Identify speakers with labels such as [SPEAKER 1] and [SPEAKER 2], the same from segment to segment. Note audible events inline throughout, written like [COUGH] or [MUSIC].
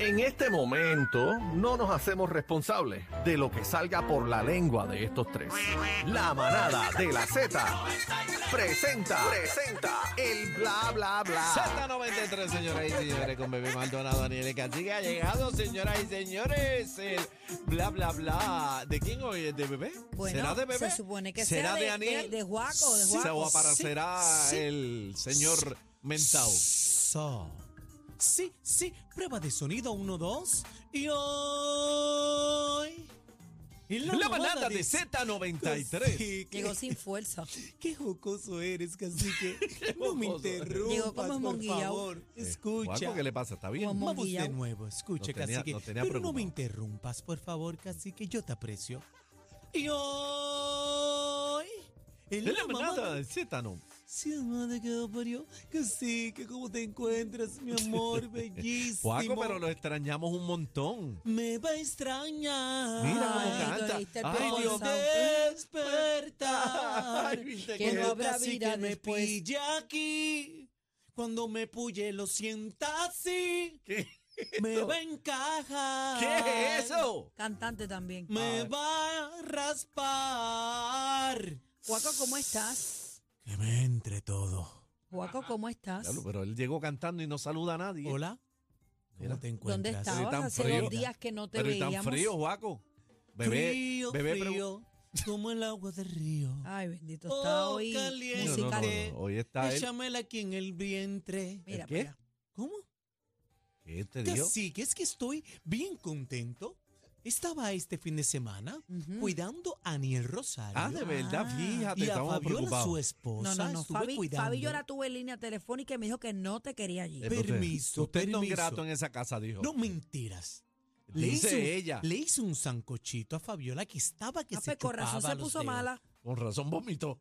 [SPEAKER 1] En este momento no nos hacemos responsables de lo que salga por la lengua de estos tres. La manada de la Z presenta, presenta el bla bla bla.
[SPEAKER 2] Z93, señoras y señores, con Bebé Maldonado, Daniel Cachiga, ha llegado, señoras y señores, el bla, bla, bla. ¿De quién hoy es? ¿De Bebé?
[SPEAKER 3] Bueno,
[SPEAKER 2] ¿Será de Bebé?
[SPEAKER 3] se supone que
[SPEAKER 2] ¿Será
[SPEAKER 3] sea
[SPEAKER 2] de
[SPEAKER 3] de-
[SPEAKER 2] Aniel?
[SPEAKER 3] de- de Juaco, de
[SPEAKER 2] Se
[SPEAKER 3] Juaco.
[SPEAKER 2] va para-
[SPEAKER 3] Sí,
[SPEAKER 2] será
[SPEAKER 4] sí.
[SPEAKER 2] el señor Mentao.
[SPEAKER 4] So. Sí, sí, prueba de sonido 1, 2. Y hoy. y
[SPEAKER 2] La manada de Z93.
[SPEAKER 4] Cacique,
[SPEAKER 3] Llegó sin fuerza.
[SPEAKER 4] Qué jocoso
[SPEAKER 2] [LAUGHS]
[SPEAKER 4] eres, cacique. No me
[SPEAKER 2] jocoso Eh, eres.
[SPEAKER 4] interrumpas,
[SPEAKER 3] Llegó como
[SPEAKER 4] por
[SPEAKER 3] monguillao.
[SPEAKER 4] favor. Escucha.
[SPEAKER 2] Juaco, ¿qué le pasa? ¿Está bien?
[SPEAKER 3] Como-
[SPEAKER 4] Vamos de
[SPEAKER 3] monguillao.
[SPEAKER 4] nuevo, escucha,
[SPEAKER 2] Lo tenía-
[SPEAKER 4] cacique.
[SPEAKER 2] lo tenía
[SPEAKER 4] Pero no
[SPEAKER 2] preocupado.
[SPEAKER 4] me interrumpas, por favor, cacique. Yo te aprecio. Y hoy. en
[SPEAKER 2] La manada de Z93.
[SPEAKER 4] Sí, mamá, te quedó parió. Que sí, que cómo te encuentras, mi
[SPEAKER 2] [LAUGHS]
[SPEAKER 4] amor, bellísimo.
[SPEAKER 2] Juaco, pero lo extrañamos un montón.
[SPEAKER 4] Me va a
[SPEAKER 2] [LAUGHS]
[SPEAKER 4] extrañar.
[SPEAKER 2] Mira cómo
[SPEAKER 3] Ay,
[SPEAKER 2] canta.
[SPEAKER 3] lo oíste, el
[SPEAKER 2] Ay, Dios
[SPEAKER 3] peor
[SPEAKER 4] despertar.
[SPEAKER 2] Ay, viste
[SPEAKER 4] que
[SPEAKER 3] que-
[SPEAKER 4] no habrá vida que me
[SPEAKER 3] después.
[SPEAKER 4] pille aquí. Cuando me pulle lo sienta así.
[SPEAKER 2] ¿Qué?
[SPEAKER 4] Me
[SPEAKER 2] [LAUGHS]
[SPEAKER 4] va a encajar.
[SPEAKER 2] ¿Qué es eso?
[SPEAKER 3] Cantante también.
[SPEAKER 4] Me va a raspar.
[SPEAKER 3] Juaco, ¿cómo estás?
[SPEAKER 4] Que me entre todo.
[SPEAKER 3] Juaco, ¿cómo estás?
[SPEAKER 2] Diablo, Pero él llegó cantando y no saluda a nadie.
[SPEAKER 4] Hola.
[SPEAKER 2] Mira.
[SPEAKER 4] ¿Cómo te encuentras?
[SPEAKER 3] ¿Dónde
[SPEAKER 2] Sí,
[SPEAKER 3] estabas?
[SPEAKER 2] tan
[SPEAKER 3] Hace
[SPEAKER 2] frío.
[SPEAKER 3] dos días que no te
[SPEAKER 2] Pero y tan
[SPEAKER 3] veíamos.
[SPEAKER 2] frío, Juaco. Bebé,
[SPEAKER 4] frío,
[SPEAKER 2] bebé, pero-
[SPEAKER 4] frío, como el agua del río.
[SPEAKER 3] Ay, bendito,
[SPEAKER 4] Oh,
[SPEAKER 3] está hoy
[SPEAKER 4] caliente.
[SPEAKER 2] No, no, no,
[SPEAKER 3] musical.
[SPEAKER 4] Musical.
[SPEAKER 2] no, Hoy está él.
[SPEAKER 4] Échamela aquí en el vientre.
[SPEAKER 3] Mira,
[SPEAKER 2] ¿Qué?
[SPEAKER 3] para
[SPEAKER 4] ¿Cómo?
[SPEAKER 2] ¿Qué te dio?
[SPEAKER 4] Así que es que estoy bien contento. Estaba este fin de semana
[SPEAKER 3] Ujú.
[SPEAKER 4] cuidando a Aniel Rosario.
[SPEAKER 2] Ah, de verdad,
[SPEAKER 3] Ah.
[SPEAKER 2] fíjate,
[SPEAKER 4] y a
[SPEAKER 2] estamos
[SPEAKER 4] Fabiola, su
[SPEAKER 2] preocupados.
[SPEAKER 4] esposa.
[SPEAKER 3] No, no, no.
[SPEAKER 4] Estuve
[SPEAKER 3] Fabi,
[SPEAKER 4] cuidando.
[SPEAKER 3] Fabi yo la tuve en línea telefónica y me dijo que no te quería allí.
[SPEAKER 4] Pero- Permiso,
[SPEAKER 2] Usted es don
[SPEAKER 4] permiso.
[SPEAKER 2] grato en esa casa, dijo.
[SPEAKER 4] No mentiras. Le
[SPEAKER 2] Dice
[SPEAKER 4] hice un-
[SPEAKER 2] ella.
[SPEAKER 4] Le hice un sancochito a Fabiola que estaba que
[SPEAKER 3] Ah,
[SPEAKER 4] se
[SPEAKER 3] pues, con razón
[SPEAKER 4] chupaba
[SPEAKER 3] se
[SPEAKER 4] los
[SPEAKER 3] puso
[SPEAKER 4] dedos.
[SPEAKER 3] mala.
[SPEAKER 2] Con razón vomitó.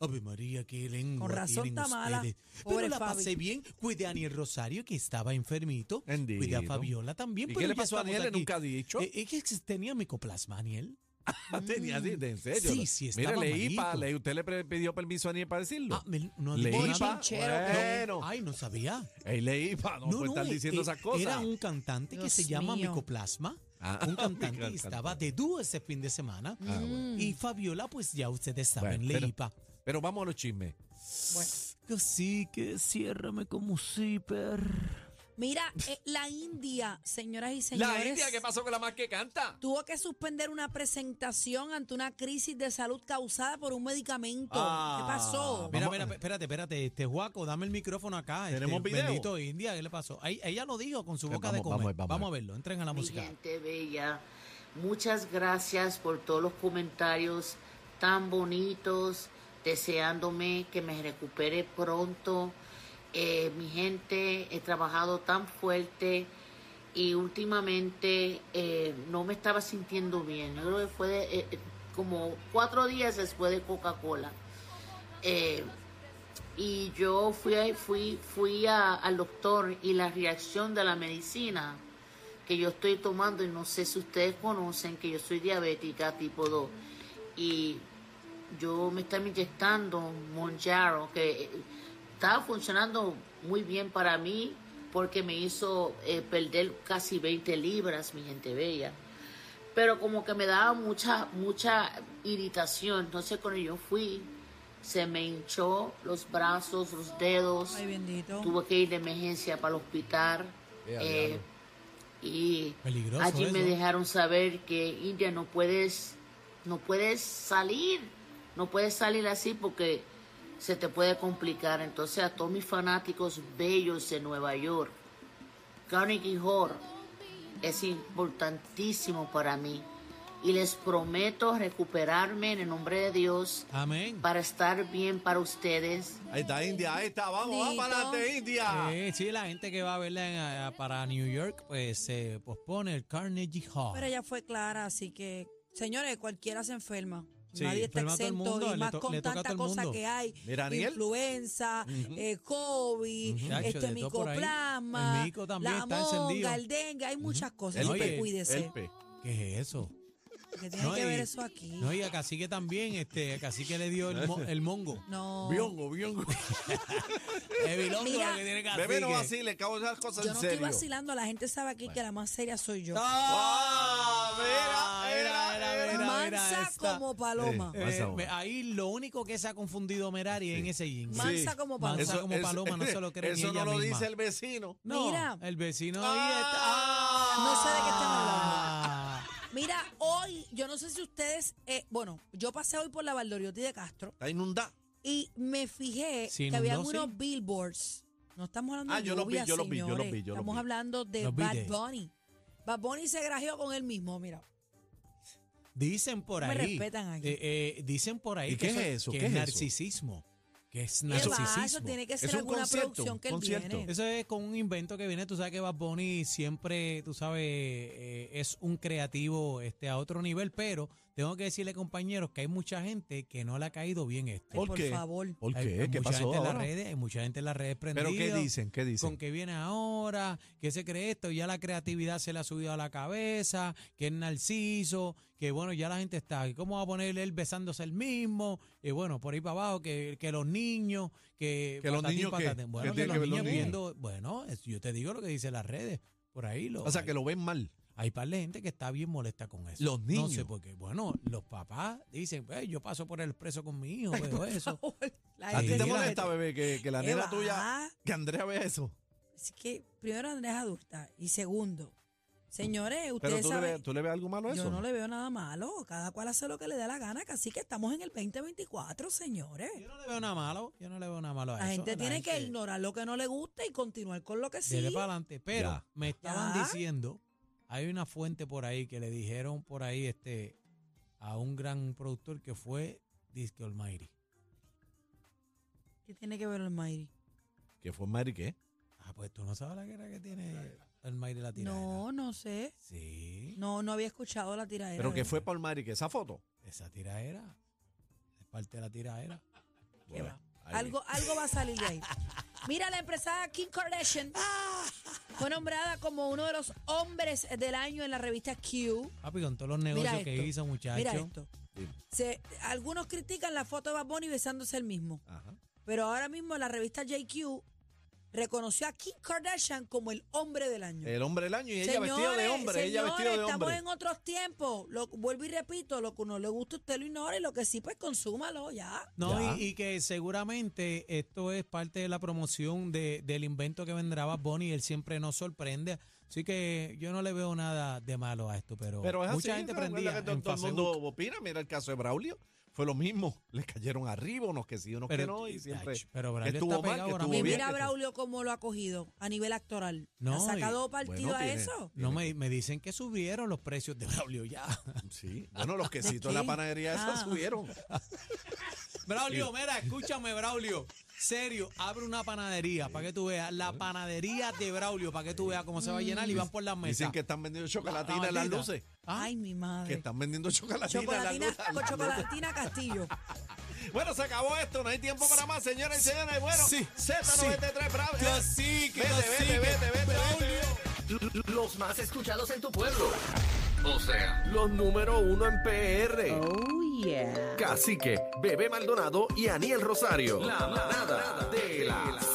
[SPEAKER 4] Ave María, qué lengua
[SPEAKER 3] Con razón
[SPEAKER 4] tienen
[SPEAKER 3] está mala.
[SPEAKER 4] ustedes.
[SPEAKER 3] Pobre
[SPEAKER 4] Pero la
[SPEAKER 3] Fabi.
[SPEAKER 4] pasé bien. Cuidé a Aniel Rosario, que estaba enfermito. Cuidé a
[SPEAKER 2] Bendito.
[SPEAKER 4] Fabiola también.
[SPEAKER 2] ¿Y
[SPEAKER 4] pero
[SPEAKER 2] qué le
[SPEAKER 4] ya
[SPEAKER 2] pasó a
[SPEAKER 4] estamos
[SPEAKER 2] Daniel?
[SPEAKER 4] aquí.
[SPEAKER 2] Nunca ha dicho.
[SPEAKER 4] Eh, Es que tenía micoplasma, Aniel.
[SPEAKER 2] Ah, Tenía, de- de- en serio.
[SPEAKER 4] Mm, Sí, sí, estaba
[SPEAKER 2] Mire, le
[SPEAKER 4] malito.
[SPEAKER 2] IPA, le- usted le pre- pidió permiso a Aniel para decirlo.
[SPEAKER 4] Ah, me- no
[SPEAKER 2] le
[SPEAKER 4] dijo
[SPEAKER 2] IPA.
[SPEAKER 4] nada.
[SPEAKER 2] Bueno,
[SPEAKER 4] Ay, no sabía.
[SPEAKER 2] él le IPA, no, puede estar
[SPEAKER 4] eh,
[SPEAKER 2] diciendo
[SPEAKER 4] eh,
[SPEAKER 2] esas cosas.
[SPEAKER 4] Era un cantante que
[SPEAKER 3] Dios
[SPEAKER 4] se llama
[SPEAKER 3] mío.
[SPEAKER 4] Micoplasma.
[SPEAKER 2] Ah, [LAUGHS]
[SPEAKER 4] un cantante
[SPEAKER 2] cantante.
[SPEAKER 4] que estaba de dúo ese fin de semana.
[SPEAKER 2] Ah, bueno.
[SPEAKER 4] Y Fabiola, pues ya ustedes saben,
[SPEAKER 2] Bueno,
[SPEAKER 4] le
[SPEAKER 2] pero-
[SPEAKER 4] iba.
[SPEAKER 2] Pero vamos a los chismes.
[SPEAKER 3] Bueno.
[SPEAKER 4] Así que ciérrame como zipper.
[SPEAKER 3] Mira, eh, la India, señoras y señores.
[SPEAKER 2] La India, ¿qué pasó con la más que canta?
[SPEAKER 3] Tuvo que suspender una presentación ante una crisis de salud causada por un medicamento.
[SPEAKER 2] Ah,
[SPEAKER 3] ¿Qué pasó?
[SPEAKER 4] Mira,
[SPEAKER 2] Vamos- eh.
[SPEAKER 4] mira, espérate, espérate, este Juaco, dame el micrófono acá. este,
[SPEAKER 2] ¿Tenemos video?
[SPEAKER 4] Bendito India, ¿qué le pasó? Ahí- ella lo dijo con su
[SPEAKER 2] Eh,
[SPEAKER 4] boca
[SPEAKER 2] vamos,
[SPEAKER 4] de comer.
[SPEAKER 2] vamos a ver,
[SPEAKER 4] Vamos,
[SPEAKER 2] vamos a
[SPEAKER 4] a verlo, entren a la
[SPEAKER 5] Mi
[SPEAKER 4] música.
[SPEAKER 5] gente bella, muchas gracias por todos los comentarios tan bonitos, deseándome que me recupere pronto. Eh, mi gente, he trabajado tan fuerte y últimamente eh, no me estaba sintiendo bien. Yo creo que fue de, eh, eh, como cuatro días después de Coca-Cola. Eh, y yo fui, ahí- fui, fui a- al doctor y la reacción de la medicina que yo estoy tomando, y no sé si ustedes conocen que yo soy diabética tipo 2, y yo me estaba inyectando Monjaro, que eh, estaba funcionando muy bien para mí, porque me hizo eh, perder casi 20 libras, mi gente bella. Pero como que me daba mucha, mucha irritación, entonces cuando yo fui, se me hinchó los brazos, los dedos,
[SPEAKER 3] Ay, bendito.
[SPEAKER 5] tuve que ir de emergencia para el hospital.
[SPEAKER 2] Ya,
[SPEAKER 5] eh,
[SPEAKER 2] diablo.
[SPEAKER 5] y
[SPEAKER 4] Peligroso
[SPEAKER 5] allí me
[SPEAKER 4] eso.
[SPEAKER 5] dejaron saber que India no puedes no puedes salir no puedes salir así porque se te puede complicar entonces a todos mis fanáticos bellos de Nueva York Carnegie Hall es importantísimo para mí y les prometo recuperarme en el nombre de Dios
[SPEAKER 4] Amén.
[SPEAKER 5] para estar bien para ustedes.
[SPEAKER 2] Ahí está India, ahí está, vamos, vamos
[SPEAKER 3] Nito.
[SPEAKER 2] para adelante
[SPEAKER 3] Ah.
[SPEAKER 2] India.
[SPEAKER 4] Sí, Eh, sí, la gente que va a verla en- a- a- para New York, pues se pospone el Carnegie Hall.
[SPEAKER 3] Pero ella fue clara, así que, señores, cualquiera se enferma.
[SPEAKER 4] Sí,
[SPEAKER 3] Nadie está
[SPEAKER 4] enferma a todo el
[SPEAKER 3] exento
[SPEAKER 4] mundo,
[SPEAKER 3] y
[SPEAKER 4] le
[SPEAKER 3] más
[SPEAKER 4] to-
[SPEAKER 3] con
[SPEAKER 4] le toca a
[SPEAKER 3] tanta
[SPEAKER 4] todo el
[SPEAKER 3] cosa
[SPEAKER 4] mundo.
[SPEAKER 3] que hay.
[SPEAKER 2] Mira, Aniel.
[SPEAKER 3] Influenza, eh, COVID,
[SPEAKER 4] Ujú. Chacho,
[SPEAKER 3] este
[SPEAKER 4] de todo por ahí.
[SPEAKER 3] micoplasma,
[SPEAKER 4] El mico también
[SPEAKER 3] la
[SPEAKER 4] está encendido.
[SPEAKER 3] monga, el dengue, hay muchas cosas. Así que
[SPEAKER 4] Oye,
[SPEAKER 3] cuídese.
[SPEAKER 2] Elpe.
[SPEAKER 4] ¿Qué es eso?
[SPEAKER 3] Que tiene que
[SPEAKER 4] y-
[SPEAKER 3] ver eso aquí.
[SPEAKER 4] No, y a Cacique también, este, a Cacique le dio
[SPEAKER 2] [LAUGHS]
[SPEAKER 4] el, mo- el mongo.
[SPEAKER 3] No.
[SPEAKER 2] Biongo, biongo.
[SPEAKER 4] El bilongo
[SPEAKER 3] Mira.
[SPEAKER 4] lo que tiene Cacique.
[SPEAKER 2] Bebé no vacile, cabo esas cosas
[SPEAKER 3] Yo
[SPEAKER 2] en
[SPEAKER 3] no estoy
[SPEAKER 2] serio.
[SPEAKER 3] vacilando, la gente sabe aquí que la más seria soy yo.
[SPEAKER 2] Ah, mira, mira,
[SPEAKER 4] Mira, mira,
[SPEAKER 2] mira.
[SPEAKER 4] mira,
[SPEAKER 3] Mansa
[SPEAKER 4] esta.
[SPEAKER 3] como paloma.
[SPEAKER 4] Eh, me- ahí lo único que se ha confundido Merari es en ese jean.
[SPEAKER 3] Mansa como paloma.
[SPEAKER 4] Mansa como paloma, no se lo cree ni
[SPEAKER 2] Eso
[SPEAKER 4] ella
[SPEAKER 2] no lo
[SPEAKER 4] misma.
[SPEAKER 2] dice el vecino.
[SPEAKER 4] No,
[SPEAKER 3] Mira.
[SPEAKER 4] el vecino ahí está.
[SPEAKER 2] Ah.
[SPEAKER 3] No sé de qué están
[SPEAKER 4] Ah.
[SPEAKER 3] Mira, hoy, yo no sé si ustedes, eh, bueno, yo pasé hoy por la Valdoriotti de Castro
[SPEAKER 2] Está inundada.
[SPEAKER 3] y me fijé
[SPEAKER 4] Sí,
[SPEAKER 3] que había
[SPEAKER 4] no, sí.
[SPEAKER 3] unos billboards. No estamos hablando
[SPEAKER 2] Ah,
[SPEAKER 3] de
[SPEAKER 2] yo los vi,
[SPEAKER 3] lluvia,
[SPEAKER 2] yo los vi, yo los
[SPEAKER 3] señores.
[SPEAKER 2] vi, yo los
[SPEAKER 3] Estamos
[SPEAKER 2] vi.
[SPEAKER 3] hablando de
[SPEAKER 4] Los vi
[SPEAKER 3] Bad
[SPEAKER 4] de-
[SPEAKER 3] Bunny. Bad Bunny se grajeó con él mismo, mira.
[SPEAKER 4] Dicen por
[SPEAKER 3] No
[SPEAKER 4] ahí.
[SPEAKER 3] me respetan aquí.
[SPEAKER 4] eh, eh, dicen por ahí
[SPEAKER 2] ¿Y
[SPEAKER 4] que
[SPEAKER 2] qué es eso?
[SPEAKER 4] Que
[SPEAKER 2] ¿Qué
[SPEAKER 4] es
[SPEAKER 2] es eso?
[SPEAKER 4] narcisismo. Que es
[SPEAKER 3] ¿Qué
[SPEAKER 4] narcisismo.
[SPEAKER 3] va? Eso tiene que
[SPEAKER 2] Es
[SPEAKER 3] ser
[SPEAKER 2] un
[SPEAKER 3] alguna
[SPEAKER 2] concierto,
[SPEAKER 3] producción que él
[SPEAKER 2] concierto.
[SPEAKER 3] viene.
[SPEAKER 4] Eso es con un invento que viene, tú sabes que Bad Bunny siempre, tú sabes, eh, es un creativo este, a otro nivel, pero tengo que decirle, compañeros, que hay mucha gente que no le ha caído bien esto.
[SPEAKER 3] Ay,
[SPEAKER 2] ¿Por
[SPEAKER 3] por
[SPEAKER 2] qué?
[SPEAKER 3] favor.
[SPEAKER 2] ¿Por
[SPEAKER 4] Hay-
[SPEAKER 2] qué?
[SPEAKER 4] hay
[SPEAKER 2] ¿Qué
[SPEAKER 4] mucha
[SPEAKER 2] pasó
[SPEAKER 4] gente en las
[SPEAKER 2] ahora?
[SPEAKER 4] redes, hay mucha gente en las redes prendida.
[SPEAKER 2] ¿Pero qué dicen? ¿Qué dicen?
[SPEAKER 4] Con que viene ahora, que se cree esto, ya la creatividad se le ha subido a la cabeza, que es narciso, que bueno, ya la gente está, ¿cómo va a poner él besándose el mismo? Y bueno, por ahí para abajo, que, que los niños, que,
[SPEAKER 2] ¿Que los
[SPEAKER 4] patatín,
[SPEAKER 2] niños qué?
[SPEAKER 4] patatín.
[SPEAKER 2] ¿Qué
[SPEAKER 4] Bueno, que
[SPEAKER 2] tiene
[SPEAKER 4] los
[SPEAKER 2] que ver
[SPEAKER 4] niños
[SPEAKER 2] los niños?
[SPEAKER 4] viendo, bueno, es- yo te digo lo que dicen las redes, por ahí lo...
[SPEAKER 2] O sea, que
[SPEAKER 4] hay,
[SPEAKER 2] lo ven mal.
[SPEAKER 4] hay par de gente que está bien molesta con eso.
[SPEAKER 2] Los
[SPEAKER 4] No sé
[SPEAKER 2] niños.
[SPEAKER 4] por qué. Bueno, los papás dicen, "Ey, yo paso por el expreso con mi hijo, veo
[SPEAKER 2] [LAUGHS]
[SPEAKER 4] eso.
[SPEAKER 3] La
[SPEAKER 2] ¿A ti
[SPEAKER 3] gente
[SPEAKER 2] te
[SPEAKER 4] Sí, la
[SPEAKER 2] molesta,
[SPEAKER 3] mete.
[SPEAKER 2] bebé, que, que la
[SPEAKER 3] ¿Qué
[SPEAKER 2] nena
[SPEAKER 3] va?
[SPEAKER 2] tuya, que Andrea vea eso?
[SPEAKER 3] Así que, primero, Andrés es adulta. Y segundo, señores,
[SPEAKER 2] Pero
[SPEAKER 3] ustedes
[SPEAKER 2] tú le,
[SPEAKER 3] saben...
[SPEAKER 2] ves, tú le ves algo malo a eso.
[SPEAKER 3] Yo no le veo nada malo. Cada cual hace lo que le dé la gana. Así que estamos en el 2024, señores.
[SPEAKER 4] Yo no le veo nada malo, yo no le veo nada malo a
[SPEAKER 3] La
[SPEAKER 4] eso.
[SPEAKER 3] gente tiene que
[SPEAKER 4] ignorar.
[SPEAKER 3] ignorar lo que no le gusta y continuar con lo que sí.
[SPEAKER 4] Dele para adelante. Pero
[SPEAKER 2] Ya.
[SPEAKER 4] me estaban
[SPEAKER 3] Ya.
[SPEAKER 4] diciendo, hay una fuente por ahí que le dijeron por ahí este a un gran productor que fue Disque Almighty.
[SPEAKER 3] ¿Qué tiene que ver el Mayri?
[SPEAKER 2] ¿Qué fue Mary qué?
[SPEAKER 4] Ah, pues tú no sabes la guerra que tiene Almighty la tira.
[SPEAKER 3] No, no sé.
[SPEAKER 4] Sí,
[SPEAKER 3] No, no había escuchado la tiradera.
[SPEAKER 2] ¿Pero qué
[SPEAKER 3] ¿verdad?
[SPEAKER 2] fue por Mary qué? ¿Esa foto?
[SPEAKER 4] esa tiradera. Es parte de la tiradera.
[SPEAKER 3] ¿Qué va?
[SPEAKER 2] ahí
[SPEAKER 3] Algo, algo va a salir
[SPEAKER 4] [LAUGHS]
[SPEAKER 3] de ahí. Mira, la empresaria Kim Kardashian
[SPEAKER 4] Ah.
[SPEAKER 3] fue nombrada como uno de los hombres del año en la revista Q.
[SPEAKER 4] Papi, con todos los negocios
[SPEAKER 3] Mira
[SPEAKER 4] que
[SPEAKER 3] esto.
[SPEAKER 4] hizo, muchacho.
[SPEAKER 3] Mira esto.
[SPEAKER 2] Dime.
[SPEAKER 3] Se- algunos critican la foto de Bad Bunny besándose el mismo.
[SPEAKER 2] Ajá.
[SPEAKER 3] Pero ahora mismo la revista JQ reconoció a Kim Kardashian como el hombre del año.
[SPEAKER 2] El hombre del año y Eh, ella
[SPEAKER 3] Señores,
[SPEAKER 2] vestida de hombre. ella
[SPEAKER 3] señores,
[SPEAKER 2] vestida de
[SPEAKER 3] estamos
[SPEAKER 2] hombre.
[SPEAKER 3] en otros tiempos. Lo, vuelvo y repito, lo que uno le gusta usted lo ignora y lo que sí, pues consúmalo ya.
[SPEAKER 4] No,
[SPEAKER 2] Ya.
[SPEAKER 4] y, y que seguramente esto es parte de la promoción de- del invento que vendrá Bad Bunny. Él siempre nos sorprende. Así que yo no le veo nada de malo a esto, pero,
[SPEAKER 2] Pero es
[SPEAKER 4] mucha
[SPEAKER 2] así,
[SPEAKER 4] gente
[SPEAKER 2] ¿sabes?
[SPEAKER 4] prendía
[SPEAKER 2] Recuerda que
[SPEAKER 4] en
[SPEAKER 2] todo, todo el
[SPEAKER 4] Facebook.
[SPEAKER 2] mundo opina. Mira el caso de Braulio. Fue lo mismo. [LAUGHS] Le cayeron arriba unos que sí, unos que no. Y siempre
[SPEAKER 4] Ach, pero
[SPEAKER 2] que
[SPEAKER 4] Braulio
[SPEAKER 2] estuvo
[SPEAKER 4] está
[SPEAKER 2] mal,
[SPEAKER 4] pegado
[SPEAKER 2] que
[SPEAKER 4] ahora
[SPEAKER 2] estuvo
[SPEAKER 3] Y
[SPEAKER 4] mismo.
[SPEAKER 2] bien,
[SPEAKER 3] mira
[SPEAKER 2] que-
[SPEAKER 3] Braulio cómo lo ha cogido a nivel actoral.
[SPEAKER 4] No,
[SPEAKER 3] ¿Ha sacado
[SPEAKER 4] y-
[SPEAKER 3] partido
[SPEAKER 2] bueno,
[SPEAKER 3] a
[SPEAKER 2] tiene-
[SPEAKER 3] eso?
[SPEAKER 4] No me, me dicen que subieron los precios de
[SPEAKER 2] [LAUGHS]
[SPEAKER 4] Braulio ya.
[SPEAKER 2] [LAUGHS] Sí. Bueno, los quesitos en
[SPEAKER 3] qué?
[SPEAKER 2] la panadería esa
[SPEAKER 3] Ah.
[SPEAKER 2] subieron.
[SPEAKER 4] Braulio, mira, escúchame, Braulio. Serio, abre una panadería para que tú veas. La panadería de Braulio para que tú veas cómo se va a llenar y van por las mesas.
[SPEAKER 2] Mm. Dicen que están vendiendo chocolatina en las
[SPEAKER 4] maldita.
[SPEAKER 2] luces.
[SPEAKER 4] Ah,
[SPEAKER 3] Ay, mi
[SPEAKER 2] Que
[SPEAKER 3] madre.
[SPEAKER 2] están vendiendo chocolatina, en
[SPEAKER 3] Chocolatina,
[SPEAKER 2] las luces.
[SPEAKER 3] con chocolatina Castillo.
[SPEAKER 2] Bueno, se acabó esto. No hay tiempo para más, señoras y señores. Bueno,
[SPEAKER 4] Sí,
[SPEAKER 2] Z93 Bravo.
[SPEAKER 4] Cacique,
[SPEAKER 2] Vete,
[SPEAKER 4] cacique,
[SPEAKER 2] vete, vete, vete,
[SPEAKER 4] Braulio.
[SPEAKER 2] vete.
[SPEAKER 1] Los más escuchados en tu pueblo. O sea, los número uno en PR.
[SPEAKER 5] Oh, yeah.
[SPEAKER 1] Cacique, Bebé Maldonado y Aniel Rosario. La manada de la Z.